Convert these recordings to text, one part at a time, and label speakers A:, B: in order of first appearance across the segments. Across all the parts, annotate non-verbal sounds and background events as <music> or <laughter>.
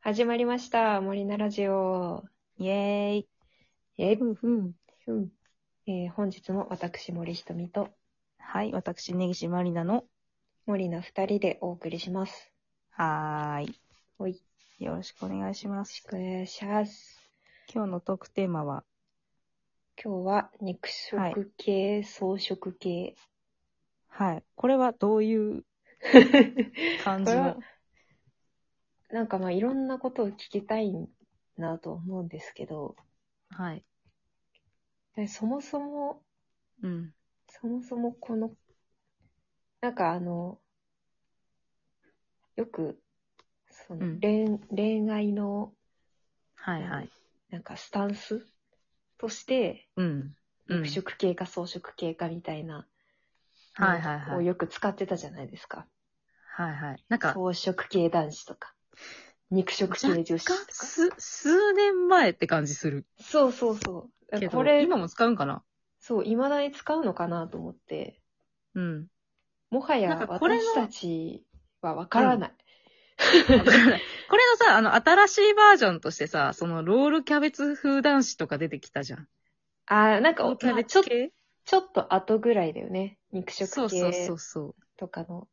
A: 始まりました。森菜ラジオ。イエーイ。イェーイ。
B: ふんふん。
A: うんえー本日も私、森ひとみと
B: はい、私、根岸まりなの。
A: 森菜二人でお送りします。
B: はーい。
A: おい。よ
B: よろしくお願いしま
A: ろし
B: す。
A: くお願いします。
B: 今日のトークテーマは、
A: 今日は肉食系、草食
B: <laughs>
A: 系。
B: はい。これはどういう感じ
A: これは
B: の、
A: なんかまあいろんなことを聞きたいなと思うんですけど、
B: はい。
A: でそもそも、
B: うん。
A: そもそもこの、なんかあの、よく、その、
B: うん
A: 恋恋愛の、
B: はいはい。
A: なんかスタンスとして、
B: うん。うん
A: 肉。食系か草食系かみたいな、
B: はいはい
A: を
B: はい。
A: よく使ってたじゃないですか。
B: はいはい。なんか、
A: 草食系男子とか、肉食系女子とか。
B: す、数年前って感じする
A: そうそうそう。
B: けど、
A: これ、
B: 今も使うんかな
A: そう、未だに使うのかなと思って、
B: うん。
A: もはや
B: なんかこれの
A: 私たちはわからない。
B: わからないこれのさ、あの、新しいバージョンとしてさ、その、ロールキャベツ風男子とか出てきたじゃん。
A: あー、なんか、ま
B: ロールキャ
A: あ
B: ベ
A: ちょ
B: ツ
A: っと
B: 系
A: ちょっと後ぐらいだよね。肉
B: そう
A: 食
B: そうそ
A: 系
B: うそう。
A: とかの。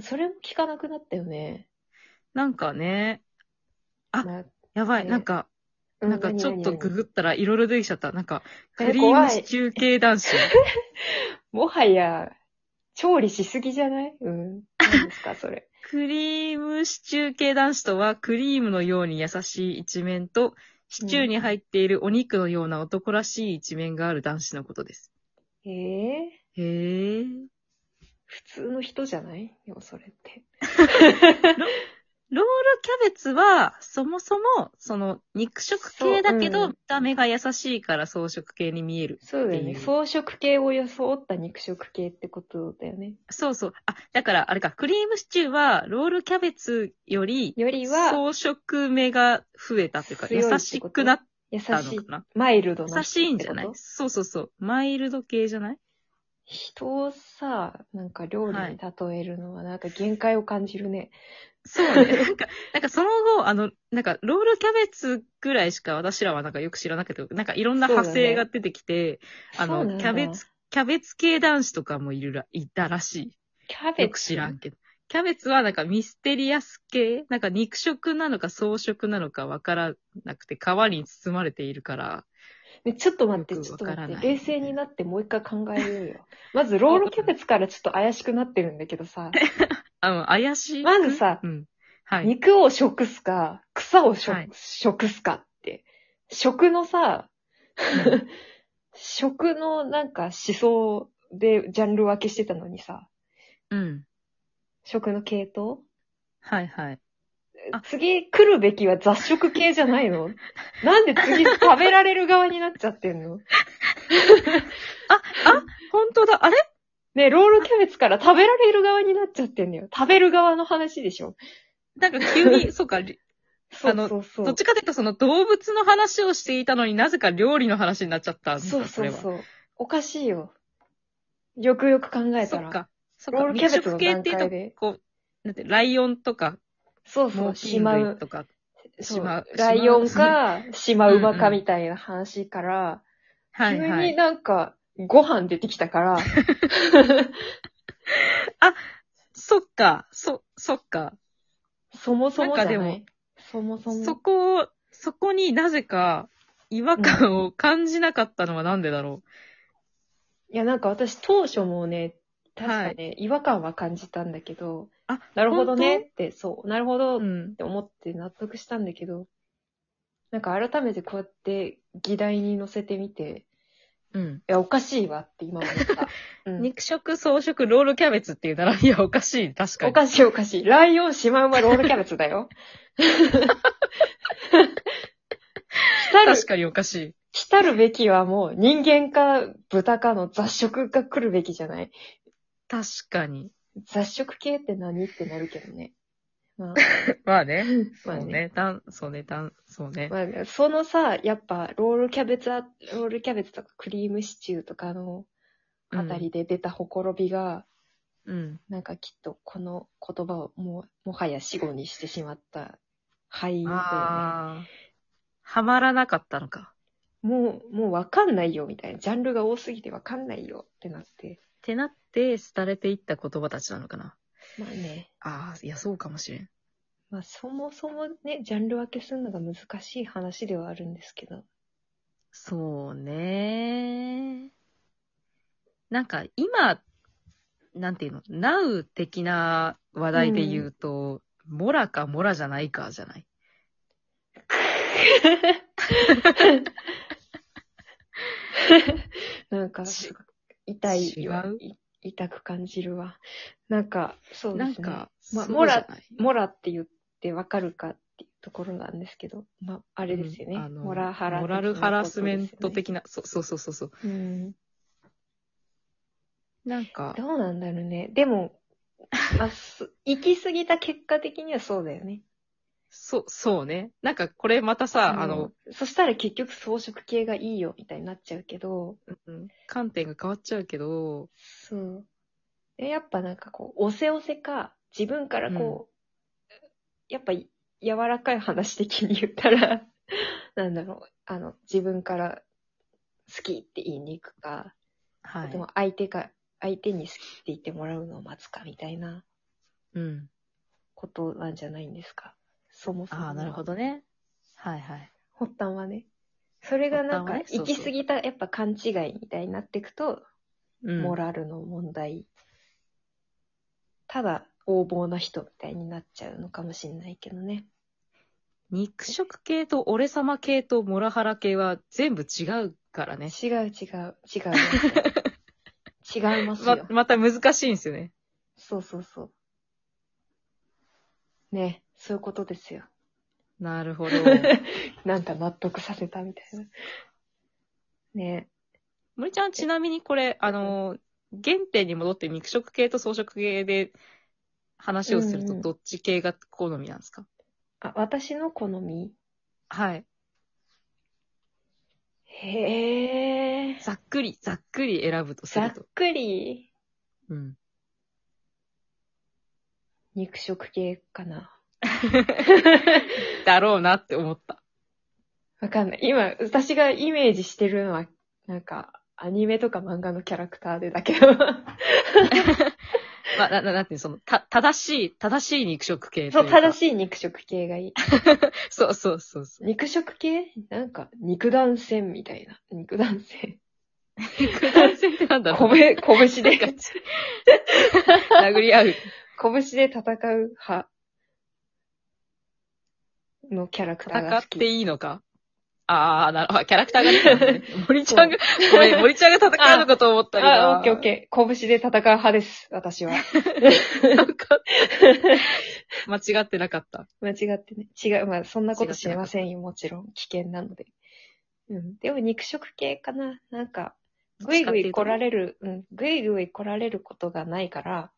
A: それも聞かなくなったよね。
B: なんかね、あ
A: な
B: やばい、
A: ね
B: なんか、
A: う
B: なんかちょっと
A: 何々何
B: グ
A: 々
B: グったらいろいろ出てきちゃった。なんか、
A: え
B: クリー
A: 怖
B: ム
A: い
B: シチュー系男子。 <laughs>
A: もはや、調理しすぎじゃないうん。何ですか、そ
B: <laughs>
A: れ。
B: クリームシチュー系男子とは、クリームのように優しい一面と、シチューに入っているお肉のような男らしい一面がある男子のことです。
A: ええ
B: へえ。
A: 普通の人じゃないでもそれって。
B: ロールキャベツは、そもそも、その、肉食系だけ
A: そう
B: ど、
A: うん
B: 見た目が優しいから装飾系に見える。
A: そうだよね。
B: っていう
A: 草食系を装った肉食系ってことだよね。
B: そうそう。あ、だから、あれか、クリームシチューは、ロールキャベツより、
A: よりは、
B: 装飾目が増えたというか、
A: 強いってこと
B: 優しくなっ
A: 優
B: た
A: し
B: の
A: い
B: か、な
A: マイルドな
B: 優しいんじゃないそうそうそう。マイルド系じゃない
A: 人をさ、なんか料理
B: はい
A: に例えるのはなんか限界を感じるね。
B: そうね。なんか、なんかその後、あの、なんか、ロールキャベツぐらいしか私らはなんかよく知らなくて、なんかいろんな派生が出てきて、あ
A: そうな
B: の、
A: んだ
B: キャベツ、キャベツ系男子とかもいるら、いたらし
A: キャ
B: い。
A: ベ
B: よく
A: ツ。
B: 知らんけど。キャベツはなんかミステリアス系なんか肉食なのか草食なのかわからなくて、皮に包まれているから。
A: ねちょっと待って、
B: よ
A: ち
B: く
A: ょっ
B: わ
A: と
B: か
A: 待
B: ら
A: っ
B: な
A: て。
B: い
A: 冷静になってもう一回考えようよ。
B: <laughs>
A: まず、ロールキャベツからちょっと怪しくなってるんだけどさ、
B: あの、怪しい。
A: まずさ
B: うん。はい。
A: 肉を食すか、草を食,、
B: はい
A: 食すかって。食のさ、 <laughs> 食のなんか思想でジャンル分けしてたのにさ、
B: うん。
A: 食の系統
B: はいはい。あ
A: 次来るべきは雑食系じゃない
B: <laughs>
A: のなんで次食べられる側になっちゃってんの
B: 本当だ。あれ
A: ねロールキャベツから食べられる側になっちゃってんのよ。食べる側の話でしょ。
B: なんか急 <laughs> に、そうか、り
A: そ
B: あの
A: うそうそう。
B: どっちかというとその動物の話をしていたのになぜか料理の話になっちゃったんだ。
A: そう
B: こ
A: そ
B: れ
A: う
B: は
A: そう。おかしいよ。よくよく考え
B: そ
A: た
B: っ
A: ら。
B: か。そっ
A: ロー
B: か。
A: ルキャ
B: 肉
A: ベツの
B: 食系
A: 段
B: って
A: 階
B: いう
A: で
B: と、。こう、なんて、ライオンとか、
A: そうそ
B: モ
A: う、
B: ーキ
A: し
B: ン
A: ま
B: 類
A: う。
B: とか、
A: そ
B: 島
A: う。ライオンか、シマウマか
B: うんうん
A: みたいな話から、
B: はいは
A: 急に
B: い。
A: なんか、ご飯出てきた
B: <laughs>
A: から、
B: そっか、そ、そっか。
A: そもそもじゃない。
B: なんかで
A: そもそも。
B: そこを、そこになぜか違和感を感じなかったのはなんでだろ
A: いや、なんか私当初もね、確
B: はい
A: かね、違和感は感じたんだけど、
B: う。あ、
A: なるほどねって、そう、なるほどっ
B: 本当。うん。
A: て思って納得したんだけど、なんか改めてこうやって議題に乗せてみて、
B: うん。
A: いや、おかしいわって今思
B: <laughs>
A: った。うん、
B: 肉食、草食、ロールキャベツっていう並びはおかしい。確か
A: お
B: に。
A: かしいおかしい。ライオン、シマウマ、ロールキャベツだよ。来る
B: 確かにおかしい。
A: 来たるべきはもう人間か豚かの雑食が来るべきじゃない
B: 確かに。
A: 雑食系って何ってなるけどね。まあ、
B: まあね。
A: ま
B: そ
A: あ
B: う
A: ね。
B: ね。だん、そうね。だん、そうね。
A: まあ、そのさ、やっぱ、ロールキャベツあ、ロールキャベツとかクリームシチューとかのあたりで出たほころびが、
B: うん。
A: なんかきっとこの言葉をもうもはや死語にしてしまった敗因だよね。
B: ああ。はまらなかったのか。
A: もう、もうわかんないよみたいな。ジャンルが多すぎてわかんないよってなって。
B: ってなって、廃れていった言葉たちなのかな。
A: まあね。
B: ああ、いや、そうかもしれん。
A: まあそもそもね、ジャンル分けするのが難しい話ではあるんですけど。
B: そうね。なんか、今、なんていうの、ナウ的な話題で言うと、モラかモラじゃないかじゃない。
A: なんか、
B: し
A: 痛いわ
B: 違う
A: い痛く感じるわ。なんか、そうで
B: なん
A: すね。
B: か、
A: まあ
B: そうじゃない
A: モラって言ってわかるかっていうところなんですけど、まあ、あれですよね。
B: うんあの
A: モラハラ、
B: モラルハラスメント。的な、そうそうそうそうそう。
A: うん。
B: なんか、
A: どうなんだろうね。でも、まあ、す <laughs> 行き過ぎた結果的にはそうだよね。
B: そう、そうね。なんかこれまたさ、あの、
A: うん、そしたら結局装飾系がいいよみたいになっちゃうけど、
B: うん観点が変わっちゃうけど、
A: そう。えやっぱなんかこう、おせおせか、自分からこう、やっぱい柔らかい話的に言ったら、 <laughs> なんだろう、あの、自分から好きって言いに行くか、
B: はい
A: で。も相手が、相手に好きって言ってもらうのを待つかみたいな
B: うん。
A: ことなんじゃないんですか。そもそも。
B: ああ、なるほどね。はいはい。
A: 発端はね。それがなんか、
B: 発端は
A: 行
B: ねそうそ
A: き
B: う
A: 過ぎた、やっぱ勘違いみたいになっていくと、
B: うん
A: モラルの問題。ただ、横暴な人みたいになっちゃうのかもしれないけどね。
B: 肉食系と俺様系とモラハラ系は全部違うからね。
A: 違う違う、違う
B: <laughs>
A: ますよ。違いますよ
B: ま、、また難しいんですよね。
A: そうそうそう。ね、そういうことですよ。
B: なるほど。
A: なんか納得させたみたいな。ね
B: <laughs> 森ちゃん、ちなみにこれ、あの、原点に戻って肉食系と草食系で話をすると
A: うんうん
B: どっち系が好みなんですか、
A: あ、私の好み
B: はい。
A: へえ。
B: ざっくり、ざっくり選ぶとす
A: ざ
B: る
A: っ
B: と。
A: くり
B: うん。
A: <laughs> 肉食系かな。
B: だろうなって思った。
A: わかんない。今、私がイメージしてるのは、なんか、アニメとか漫画のキャラクターでだ
B: <laughs>
A: けど。
B: まあ、な、ななんていうのその、た、正しい、正しい肉食系と
A: そ
B: いう
A: う、
B: か。
A: 正
B: しい。
A: しい肉食系がいい。
B: そうそうそうそう。
A: 肉食系なんか、肉弾戦みたいな。肉弾戦。
B: 肉弾戦 <laughs> ってなんだろう <laughs>
A: 拳、拳で、
B: なんか殴り合
A: <laughs>
B: う。
A: 拳で戦う派のキャラクター
B: 戦
A: が
B: っ
A: 好き。
B: ていいのかああ、なるほど。キャラクターが出てるの
A: <laughs>
B: ね。森ちゃんが、
A: そう
B: ごめん、森ちゃんが戦うのかと思ったりな
A: <laughs> あ、オッケーオッケー。拳で戦う派です、私は。
B: な
A: <laughs>
B: んか間違ってなかった。
A: 間違ってね。違う、まあ、そんなこと知れませんよ、もちろん。危険なので。うん。でも、肉食系かな。なんか、ぐいぐい来られる、うん、ぐいぐい来られることがないから、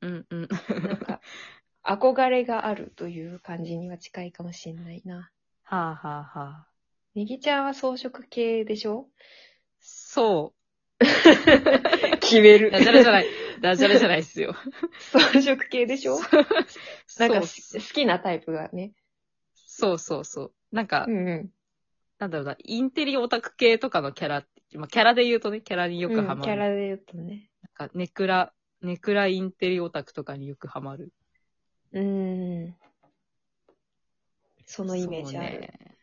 B: うんうん。
A: なんか、 <laughs> 憧れがあるという感じには近いかもしれないな。
B: はあはあはあ。
A: 右ちゃんは装飾系でしょ
B: そ
A: 決め
B: う。
A: る
B: <laughs> ダジャレ
A: <laughs>
B: じゃない。ダジャレじゃないっすよ。
A: 装飾系 <laughs> でし
B: <laughs>
A: ょなんか、
B: そ
A: 好きなタイプがね。
B: うそうそうそう。なんか、
A: うんう
B: なんだろうな、インテリオタク系とかのキャラって、まあ、キャラで言うとね、キャラに
A: ん。
B: よくハマる。
A: うんキャラで言うとね。
B: なんか、ネクラ、ネクラインテリオタクとかによくハマる。
A: うん。そのイメージあ
B: そう
A: る。
B: ね。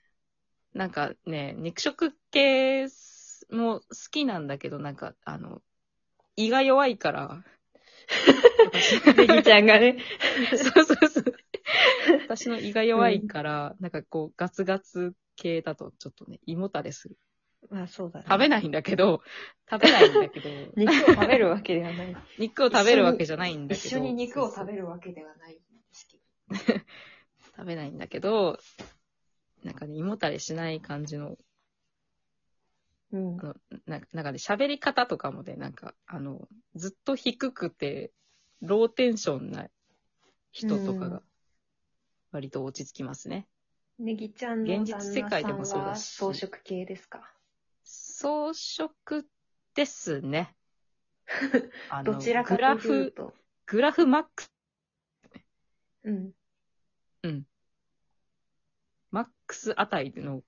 B: なんかね、肉食系も好きなんだけど、なんか、あの、胃が弱
A: <laughs>
B: いから。
A: ネギちゃんがね。
B: そうそうそう。私の胃が弱いから、なんかこう、ガツガツ系だとちょっとね、胃もたれする。
A: まあそうだね。
B: 食べないんだけど、食べないんだ
A: <laughs>
B: けど、
A: 肉を食べるわけではない。
B: 肉を食べるわけじゃないんだけど。
A: 一緒に肉を食べ
B: る。
A: るわけではないんですけど。
B: 食べないんだけど、なんかね、胃もたれしない感じの
A: うん
B: あ。の、ななんかね、喋り方とかもね、なんか、あの、ずっと低くて、ローテンションな人とか
A: う
B: が
A: ん、
B: 割と落ち着きますね。
A: ネギちゃんの旦那さんは
B: 現実世界でもそうだし
A: 装飾系ですか。 <laughs>
B: 装飾ですね。あ
A: ど
B: の
A: ちらか
B: グラ
A: という
B: フ、
A: と。
B: グラフマックス、
A: うん。
B: マックスあたりの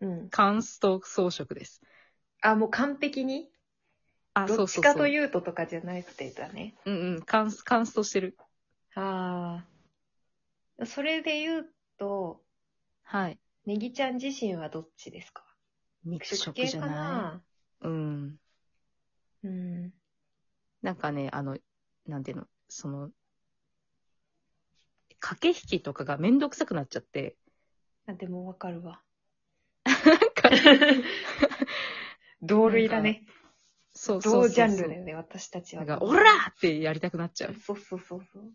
A: うん。
B: カンスト装飾です。
A: あ、もう完璧に
B: あ、そ
A: ど
B: う
A: っち
B: そうそ
A: か
B: う。
A: というととかじゃないって言ったね。
B: うんうん、カンス、カンストしてる。
A: ああ。それで言うと、
B: はい。
A: ネギちゃん自身はどっちですか
B: 肉
A: 食
B: 食
A: 系
B: じゃ
A: か
B: な
A: ない
B: うん。
A: うん。
B: なんかね、あの、なんていうの、その、駆け引きとかがめんどくさくなっちゃって、
A: あでもわかるわ。
B: なん
A: <laughs>
B: か、
A: 同類だね。
B: そうそうそうそ
A: 同
B: う。
A: ジャンルだよね、私たちは。
B: なんか、オラーってやりたくなっちゃう。
A: そうそうそうそう。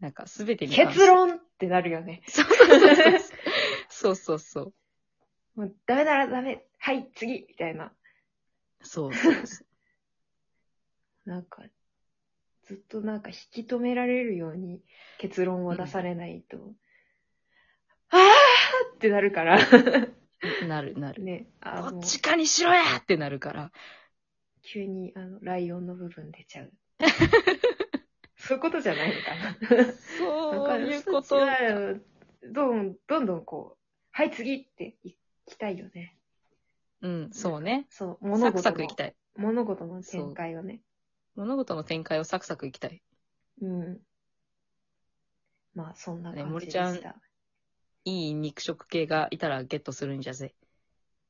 B: なんか、すべてに関して
A: 結論ってなるよね。
B: そうそうそうそう。そうそうそう。
A: もうダメならダメ。はい、次みたいな。
B: そうそうそう
A: なんか、ずっとなんか引き止められるように結論を出されないと、あーってなるから。
B: なるなる。
A: ね、あ
B: ど
A: ーも
B: っ
A: う
B: ちかにしろやってなるから。
A: 急にあのライオンの部分出ちゃう。そういうことじゃないのかな。
B: そういうこ
A: 私
B: と。
A: たちはどんどんどんこう、はい次って行きたいよね。
B: うん、そうね。
A: そう、
B: サ
A: 物
B: ク
A: 事
B: サクい
A: の
B: き、たい。
A: 物事の展開をね。
B: 物事の展開をサクサクいきたい。
A: うん。まあ、そんな
B: ね
A: 感じ
B: 森
A: で
B: ちゃん
A: した。
B: いい肉食系がいたらゲットするんじゃぜ。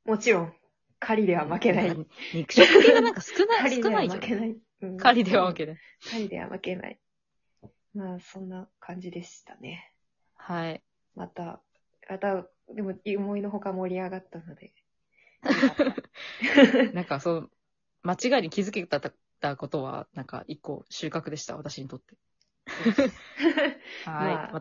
A: もちろん、狩りでは負けない。
B: んか肉食系がなんか少な
A: 狩
B: い、
A: り
B: 少
A: では
B: ないじゃ
A: 負
B: ん。
A: けない。うん
B: 狩りでは負けない。
A: 狩りでは負けない。まあ、そんな感じでしたね。
B: はい。
A: また、また、でも、思いのほか盛り上がったの
B: <laughs>
A: で。
B: なんかそう、間違いに気づけたたことは、なんか一個収穫でした、私にとって。はい。
A: まあ
B: また